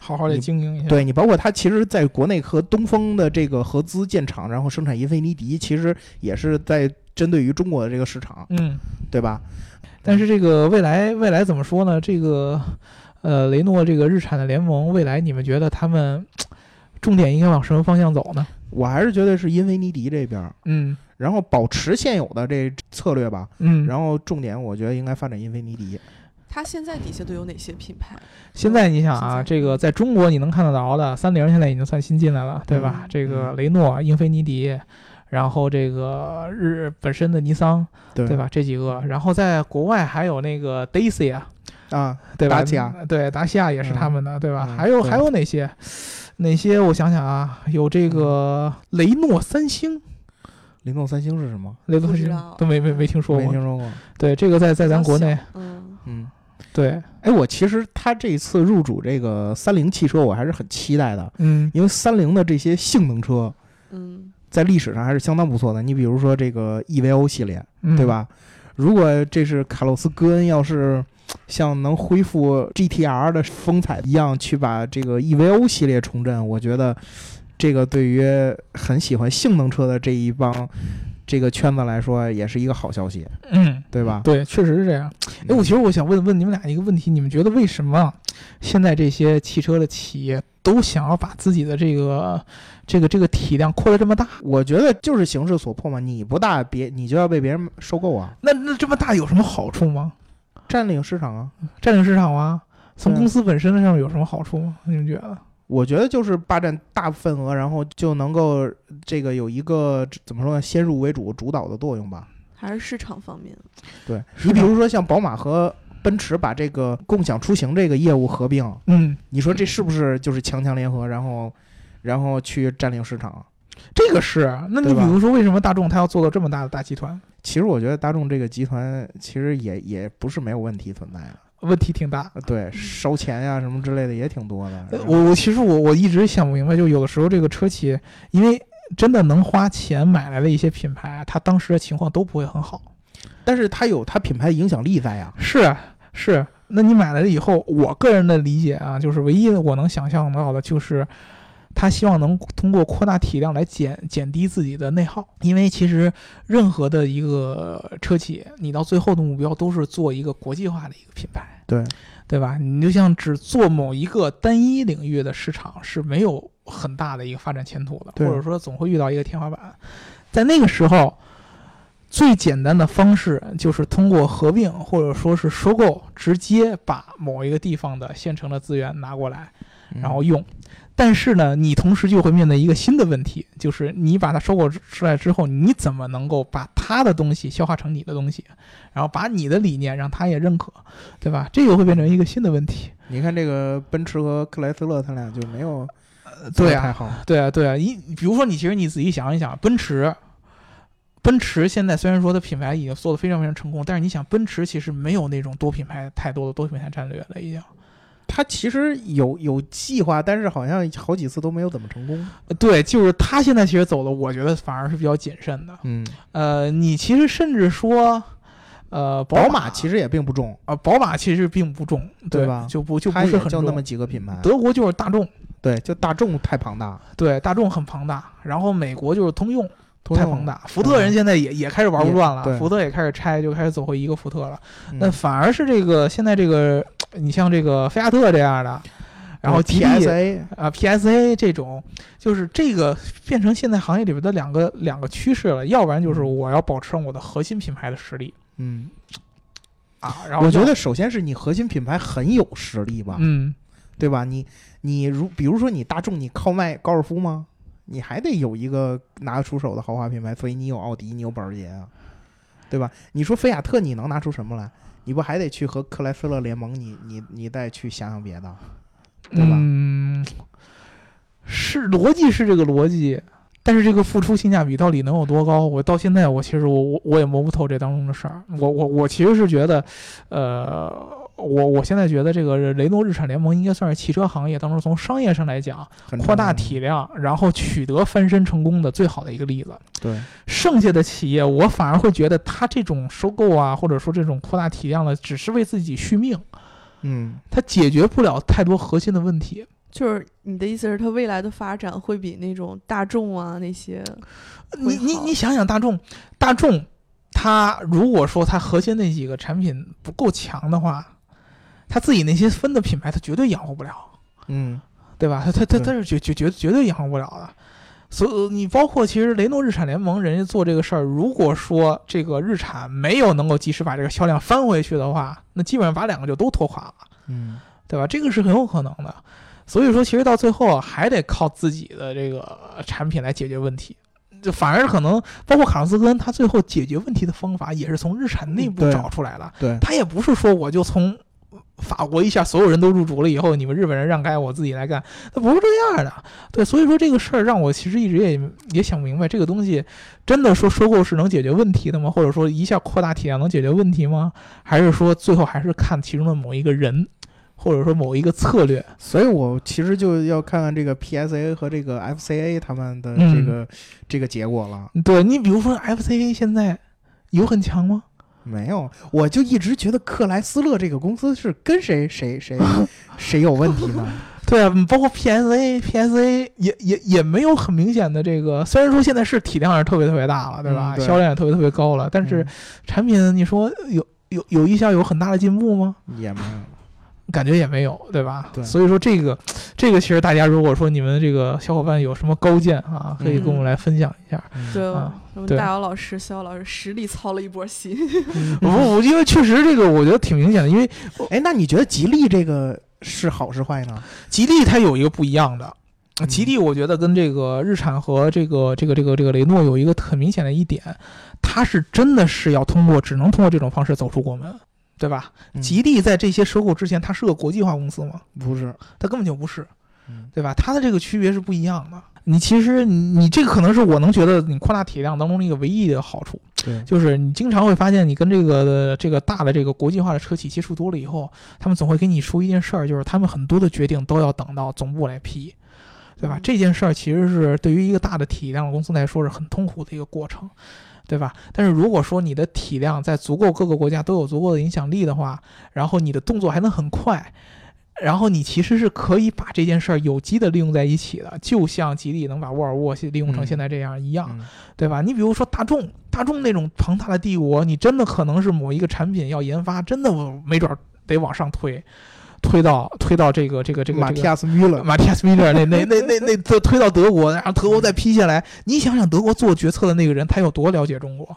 Speaker 3: 好好的
Speaker 2: 你
Speaker 3: 经营一下。
Speaker 2: 对你，包括它其实在国内和东风的这个合资建厂，然后生产英菲尼迪，其实也是在针对于中国的这个市场，
Speaker 3: 嗯，
Speaker 2: 对吧？
Speaker 3: 但是这个未来未来怎么说呢？这个呃，雷诺这个日产的联盟，未来你们觉得他们重点应该往什么方向走呢？
Speaker 2: 我还是觉得是英菲尼迪这边儿，
Speaker 3: 嗯
Speaker 2: 然后保持现有的这策略吧，
Speaker 3: 嗯，
Speaker 2: 然后重点我觉得应该发展英菲尼迪。
Speaker 1: 它现在底下都有哪些品牌？
Speaker 3: 现在你想啊，
Speaker 1: 现在
Speaker 3: 这个在中国你能看得着的，三菱现在已经算新进来了，对吧？
Speaker 1: 嗯
Speaker 3: 这个雷诺、英菲尼迪，然后这个日本身的尼桑，
Speaker 2: 对
Speaker 3: 对吧？这几个，然后在国外还有那个 Dacia，
Speaker 2: 啊，
Speaker 3: 对吧？
Speaker 2: 达西亚
Speaker 3: 对达西亚也是他们的，对吧？
Speaker 2: 嗯
Speaker 3: 还有
Speaker 2: 对
Speaker 3: 还有哪些？哪些？我想想啊，有这个
Speaker 2: 嗯
Speaker 3: 雷诺、三星，
Speaker 2: 灵动三星是什么？
Speaker 3: 雷诺、
Speaker 1: 不
Speaker 3: 三
Speaker 1: 知
Speaker 3: 星
Speaker 1: 道
Speaker 3: 都没没没听说
Speaker 2: 没
Speaker 3: 过
Speaker 2: 听。说过。
Speaker 3: 对，这个在在咱国
Speaker 1: 比
Speaker 3: 内
Speaker 1: 较，小，嗯，
Speaker 2: 嗯，
Speaker 3: 对，
Speaker 2: 哎，我其实他这次入主这个三菱汽车，我还是很期待的，
Speaker 3: 嗯
Speaker 2: 因为三菱的这些性能车
Speaker 1: 嗯，
Speaker 2: 在历史上还是相当不错的。你比如说这个 EVO 系列，
Speaker 3: 嗯，
Speaker 2: 对？吧？如果这是卡洛斯·戈恩，要是像能恢复 GTR 的风采一样，去把这个 EVO 系列重振，我觉得这个对于很喜欢性能车的这一帮这个圈子来说也是一个好消息，
Speaker 3: 嗯，
Speaker 2: 对吧？
Speaker 3: 对，确实是这样。哎，
Speaker 2: 嗯
Speaker 3: 我其实我想问问你们俩一个问题，你们觉得为什么现在这些汽车的企业都想要把自己的这个这个这个体量扩得这么大？
Speaker 2: 我觉得就是形势所迫嘛，你不大别你就要被别人收购啊，
Speaker 3: 那那这么大有什么好处吗？
Speaker 2: 占领市场啊。
Speaker 3: 占领市场啊？从
Speaker 2: 对
Speaker 3: 公司本身上面有什么好处吗？你们觉得？
Speaker 2: 我觉得就是霸占大份额，然后就能够这个有一个怎么说呢，先入为主主导的作用吧。
Speaker 1: 还是市场方面，
Speaker 2: 对你比如说像宝马和奔驰把这个共享出行这个业务合并，
Speaker 3: 嗯，
Speaker 2: 你说这是不是就是强强联合，然后然后去占领市场？
Speaker 3: 这个是。那你
Speaker 2: 对
Speaker 3: 比
Speaker 2: 吧
Speaker 3: 如说，为什么大众它要做到这么大的大集团？
Speaker 2: 其实我觉得大众这个集团其实也也不是没有问题存在的，
Speaker 3: 问题挺大。
Speaker 2: 对，烧钱呀、什么之类的也挺多的。
Speaker 3: 呃我我其实我我一直想不明白，就有的时候这个车企，因为真的能花钱买来的一些品牌，它当时的情况都不会很好。
Speaker 2: 但是它有它品牌影响力在呀，
Speaker 3: 是啊是，那你买来了以后，我个人的理解啊，就是唯一的我能想象到的就是。他希望能通过扩大体量来减减低自己的内耗，因为其实任何的一个车企，你到最后的目标都是做一个国际化的一个品牌。
Speaker 2: 对，
Speaker 3: 对吧？你就像只做某一个单一领域的市场是没有很大的一个发展前途的，
Speaker 2: 对
Speaker 3: 或者说总会遇到一个天花板。在那个时候，最简单的方式就是通过合并或者说是收购，直接把某一个地方的现成的资源拿过来，
Speaker 2: 嗯
Speaker 3: 然后用。但是呢，你同时就会面对一个新的问题，就是你把它收购出来之后，你怎么能够把它的东西消化成你的东西，然后把你的理念让他也认可，对吧？这个会变成一个新的问题。
Speaker 2: 你看这个奔驰和克莱斯勒，他俩就没有
Speaker 3: 对
Speaker 2: 太
Speaker 3: 啊，
Speaker 2: 好。
Speaker 3: 对啊，对啊。一比如说，你其实你仔细想一想，奔驰，奔驰现在虽然说它品牌已经做得非常非常成功，但是你想，奔驰其实没有那种多品牌太多的多品牌战略了，已经。
Speaker 2: 他其实有有计划，但是好像好几次都没有怎么成功。
Speaker 3: 呃对，就是它现在其实走的，我觉得反而是比较谨慎的。
Speaker 2: 嗯，
Speaker 3: 呃，你其实甚至说，呃，
Speaker 2: 宝
Speaker 3: 马
Speaker 2: 马其实也并不重，
Speaker 3: 啊、宝马其实并不重，
Speaker 2: 对
Speaker 3: 对
Speaker 2: 吧
Speaker 3: 就不就
Speaker 2: 它
Speaker 3: 不
Speaker 2: 也
Speaker 3: 是很
Speaker 2: 就
Speaker 3: 重。
Speaker 2: 那么几个品牌。
Speaker 3: 德国就是大众，
Speaker 2: 对，就大众太庞大，
Speaker 3: 对，大众很庞大，然后美国就是通用，
Speaker 2: 通
Speaker 3: 太
Speaker 2: 用嗯
Speaker 3: 庞大。福特人现在也、也开始玩不
Speaker 2: 也
Speaker 3: 转了，
Speaker 2: 对
Speaker 3: 福特也开始拆，就开始走回一个福特了。
Speaker 2: 嗯
Speaker 3: 那反而是这个现在这个，你像这个菲亚特这样的，然
Speaker 2: 呃
Speaker 3: 后吉利
Speaker 2: TSA
Speaker 3: 啊 PSA 这种，就是这个变成现在行业里边的两个两个趋势了。要不然就是我要保持我的核心品牌的实力
Speaker 2: 嗯，
Speaker 3: 啊，然后
Speaker 2: 我觉
Speaker 3: 要
Speaker 2: 得首先是你核心品牌很有实力吧，
Speaker 3: 嗯。
Speaker 2: 对吧？你你如比如说你大众，你靠卖高尔夫吗？你还得有一个拿得出手的豪华品牌，所以你有奥迪，你有保时捷啊，对吧？你说菲亚特，你能拿出什么来？你不还得去和克莱斯勒联盟，你你你再去想想别的？对吧
Speaker 3: 嗯，是逻辑是这个逻辑，但是这个付出性价比到底能有多高？我到现在我其实我我我也摸不透这当中的事儿。我我我其实是觉得，呃，我我现在觉得这个雷诺日产联盟应该算是汽车行业当中从商业上来讲
Speaker 2: 很
Speaker 3: 扩大
Speaker 2: 重要
Speaker 3: 体量，然后取得翻身成功的最好的一个例子。
Speaker 2: 对，
Speaker 3: 剩下的企业，我反而会觉得它这种收购啊，或者说这种扩大体量的，只是为自己续命，
Speaker 2: 嗯，
Speaker 3: 它解决不了太多核心的问题。
Speaker 1: 就是你的意思是，它未来的发展会比那种大众啊那些，
Speaker 3: 你
Speaker 1: 会
Speaker 3: 你
Speaker 1: 好
Speaker 3: 你想想大众，大众，它如果说它核心那几个产品不够强的话，它自己那些分的品牌，它绝对养活不了，
Speaker 2: 嗯，
Speaker 3: 对吧？它它它
Speaker 2: 对
Speaker 3: 它是绝绝绝绝对养活不了的。所以你包括其实雷诺日产联盟人家做这个事儿，如果说这个日产没有能够及时把这个销量翻回去的话，那基本上把两个就都拖垮了。
Speaker 2: 嗯，
Speaker 3: 对吧？这个是很有可能的。所以说，其实到最后啊还得靠自己的这个产品来解决问题。就反而可能包括卡洛斯根，他最后解决问题的方法也是从日产内部
Speaker 2: 对
Speaker 3: 找出来的。
Speaker 2: 对，
Speaker 3: 他也不是说我就从法国一下所有人都入主了以后，你们日本人让开，我自己来干，他不是这样的。对，所以说这个事儿让我其实一直也也想不明白，这个东西真的说收购是能解决问题的吗？或者说一下扩大体量能解决问题吗？还是说最后还是看其中的某一个人，或者说某一个策略？
Speaker 2: 所以我其实就要看看这个 PSA 和这个 FCA 他们的这个、这个结果了。
Speaker 3: 对你比如说 FCA 现在有很强吗？
Speaker 2: 没有，我 就一直觉得克莱斯勒这个公司是跟谁谁谁谁有问题呢？
Speaker 3: 对啊，包括 PSA、PSA 也也也没有很明显的这个，虽然说现在是体量也是特别特别大了，对吧？
Speaker 2: 嗯对嗯
Speaker 3: 销量也特别特别高了，但是产品你说有有有一项有很大的进步吗？
Speaker 2: 也没有，
Speaker 3: 感觉也没有，对吧？
Speaker 2: 对
Speaker 3: 所以说这个这个其实大家如果说你们这个小伙伴有什么高见啊，可以跟
Speaker 2: 嗯
Speaker 3: 我们来分享一下。
Speaker 1: 对，
Speaker 3: 啊
Speaker 1: 我们
Speaker 3: 对
Speaker 1: 大姚老师、肖老师实力操了一波心。
Speaker 2: 嗯
Speaker 3: 我我因为确实这个我觉得挺明显的，因为
Speaker 2: 哎，那你觉得吉利这个是好是坏呢？
Speaker 3: 吉利它有一个不一样的。
Speaker 2: 嗯
Speaker 3: 吉利，我觉得跟这个日产和这个这个这个这个雷诺有一个很明显的一点，它是真的是要通过只能通过这种方式走出国门，对吧？
Speaker 2: 嗯
Speaker 3: 吉利在这些收购之前，它是个国际化公司吗？
Speaker 2: 不是，
Speaker 3: 它根本就不是，
Speaker 2: 嗯
Speaker 3: 对吧？它的这个区别是不一样的。你其实你你这个可能是我能觉得你扩大体量当中的一个唯一的好处，
Speaker 2: 对，
Speaker 3: 就是你经常会发现，你跟这个这个大的这个国际化的车企接触多了以后，他们总会跟你说一件事儿，就是他们很多的决定都要等到总部来批，对吧
Speaker 1: 嗯？
Speaker 3: 这件事儿其实是对于一个大的体量的公司来说是很痛苦的一个过程，对吧？但是如果说你的体量在足够各个国家都有足够的影响力的话，然后你的动作还能很快。然后你其实是可以把这件事儿有机的利用在一起的，就像吉利能把沃尔沃利用成
Speaker 2: 嗯
Speaker 3: 现在这样一样，
Speaker 2: 嗯
Speaker 3: 对吧？你比如说大众，大众那种庞大的帝国，你真的可能是某一个产品要研发，真的我没准儿得往上推，推到推到这个这个这个
Speaker 2: 马
Speaker 3: 这
Speaker 2: 蒂
Speaker 3: 个
Speaker 2: 亚斯穆勒，
Speaker 3: 马蒂亚斯米勒那那那那那推推到德国，然后德国再批下来。你想想，德国做决策的那个人，他有多了解中国？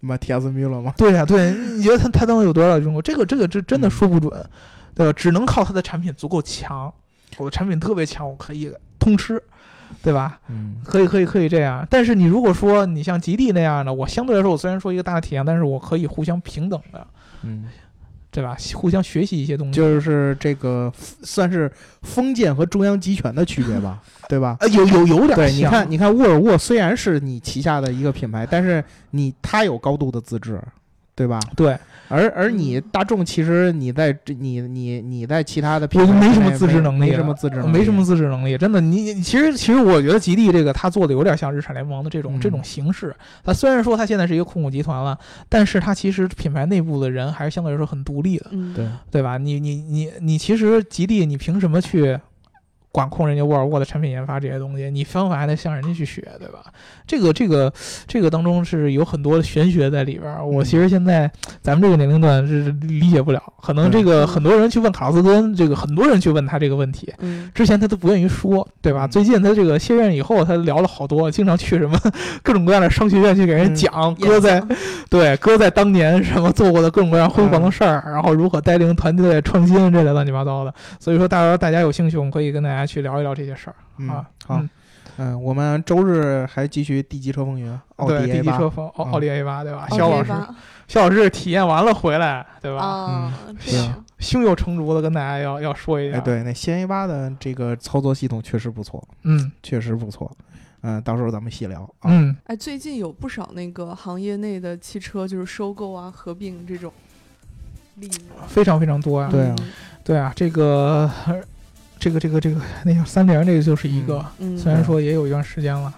Speaker 2: 马蒂亚斯穆勒吗？
Speaker 3: 对呀、对，你觉得他他能有多了解中国？这个这个这真的说不准，对吧？只能靠他的产品足够强，我的产品特别强，我可以通吃，对吧？
Speaker 2: 嗯
Speaker 3: 可以，可以，可以这样。但是你如果说你像吉利那样的，我相对来说，我虽然说一个大的体量，但是我可以互相平等的，
Speaker 2: 嗯，
Speaker 3: 对吧？互相学习一些东西。
Speaker 2: 就是这个算是封建和中央集权的区别吧，对吧？
Speaker 3: 呃，有有有点
Speaker 2: 对，
Speaker 3: 像
Speaker 2: 你看，你看，沃尔沃虽然是你旗下的一个品牌，但是你它有高度的自治，对吧？
Speaker 3: 对，
Speaker 2: 而而你
Speaker 3: 嗯
Speaker 2: 大众，其实你在这你你你在其他的品
Speaker 3: 我
Speaker 2: 牌
Speaker 3: 没什么
Speaker 2: 内
Speaker 3: 自制能力
Speaker 2: 没
Speaker 3: 了
Speaker 2: 什么自制能力，
Speaker 3: 没什么自制能力，真的。你你其实其实我觉得吉利这个它做的有点像日产联盟的这种、
Speaker 2: 嗯
Speaker 3: 这种形式。它虽然说它现在是一个控股集团了，但是它其实品牌内部的人还是相对来说很独立的，
Speaker 1: 嗯，
Speaker 2: 对，
Speaker 3: 对吧？你你你你其实吉利，你凭什么去管控人家沃尔沃的产品研发这些东西？你方法还得向人家去学，对吧？这个这个这个当中是有很多的玄学在里边儿。
Speaker 2: 嗯
Speaker 3: 我其实现在咱们这个年龄段是理解不了，可能这
Speaker 1: 嗯
Speaker 3: 个很多人去问卡洛斯根，这个很多人去问他这个问题。
Speaker 1: 嗯，
Speaker 3: 之前他都不愿意说，对吧？
Speaker 2: 嗯
Speaker 3: 最近他这个卸任以后，他聊了好多，经常去什么 各种各样的商学院去给人
Speaker 2: 嗯
Speaker 3: 讲，
Speaker 1: 也
Speaker 3: 哥在
Speaker 1: 行
Speaker 3: 对，哥在当年什么做过的各种各样辉
Speaker 2: 嗯
Speaker 3: 煌的事儿，然后如何带领团队创新这类乱七八糟的。所以说，大家大家有兴趣，我们可以跟大家去聊一聊这些事儿。
Speaker 2: 嗯
Speaker 3: 啊
Speaker 2: 好
Speaker 3: 嗯，
Speaker 2: 嗯，我们周日还继续地级车风云，奥
Speaker 3: 对，
Speaker 2: 迪
Speaker 3: 第
Speaker 2: A
Speaker 3: 一
Speaker 2: 八
Speaker 3: 车，风哦奥
Speaker 2: 嗯
Speaker 3: 奥迪 A 八，哦对吧？
Speaker 1: OK
Speaker 3: 肖老师，
Speaker 1: 吧
Speaker 3: 肖老师体验完了回来，对吧？
Speaker 1: 啊，这
Speaker 2: 对
Speaker 1: 样，
Speaker 3: 胸有成竹的跟大家要要说一下。
Speaker 2: 哎，，对，那新 A 八的这个操作系统确实不错，
Speaker 3: 嗯
Speaker 2: 确实不错，嗯，到时候咱们细聊啊。
Speaker 3: 嗯，
Speaker 1: 哎，最近有不少那个行业内的汽车就是收购啊、合并这种例子。
Speaker 3: 非常非常多呀、
Speaker 2: 对啊
Speaker 3: 对啊，这个这个这个这个那叫三菱，这个就是一个，
Speaker 1: 嗯，
Speaker 3: 虽
Speaker 1: 嗯，
Speaker 3: 然说也有一段时间了。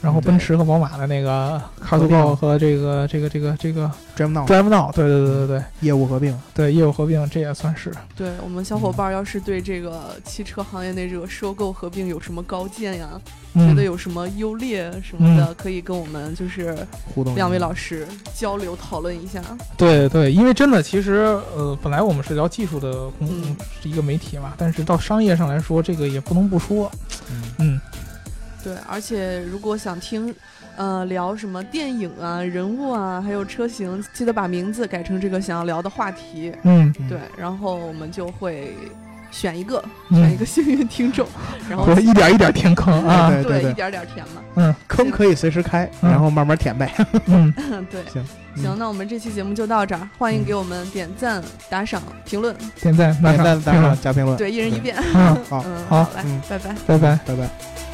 Speaker 3: 然后
Speaker 2: 嗯
Speaker 3: 奔驰和宝马的那个 c a
Speaker 2: 合
Speaker 3: r t
Speaker 2: 并
Speaker 3: o 和这个这个这个这个
Speaker 2: Dream Now
Speaker 3: Drive Now，对对对对对，
Speaker 2: 业务合并，
Speaker 3: 对业务合并，这也算是
Speaker 1: 对我们小伙伴儿要是对这个汽车行业内这个收购合并有什么高见呀，觉得
Speaker 3: 嗯，
Speaker 1: 有什么优劣什么的，可以跟我们就是
Speaker 2: 互
Speaker 3: 嗯
Speaker 2: 动
Speaker 1: 两位
Speaker 2: 一下
Speaker 1: 老师交流讨论一下。
Speaker 3: 对对，因为真的，其实呃，本来我们是聊技术的公、
Speaker 1: 嗯
Speaker 3: 是一个媒体嘛，但是到商业上来说，这个也不能不说，
Speaker 2: 嗯
Speaker 3: 嗯，
Speaker 1: 对，而且如果想听，呃，聊什么电影啊、人物啊，还有车型，记得把名字改成这个想要聊的话题。
Speaker 3: 嗯，
Speaker 2: 嗯
Speaker 1: 对，然后我们就会选一个，选一
Speaker 3: 嗯，
Speaker 1: 个幸运听 众，然后
Speaker 3: 对，一点一点填坑啊，
Speaker 2: 哎对对
Speaker 1: 一点点填嘛。
Speaker 3: 嗯
Speaker 2: 坑可以随时开，
Speaker 3: 嗯
Speaker 2: 然后慢慢填呗。
Speaker 3: 嗯，
Speaker 1: 对，
Speaker 2: 行嗯
Speaker 1: 行，那我们这期节目就到这儿，欢迎给我们点赞、打赏、评论，
Speaker 3: 点赞打
Speaker 2: 点
Speaker 3: 赏
Speaker 2: 赞、打赏、，加评论，
Speaker 1: 对，一人一遍。
Speaker 3: 评论嗯，
Speaker 2: 嗯好
Speaker 1: 嗯，
Speaker 3: 好
Speaker 1: 嘞
Speaker 2: 嗯，
Speaker 1: 拜拜。
Speaker 3: 拜拜。
Speaker 2: 拜拜。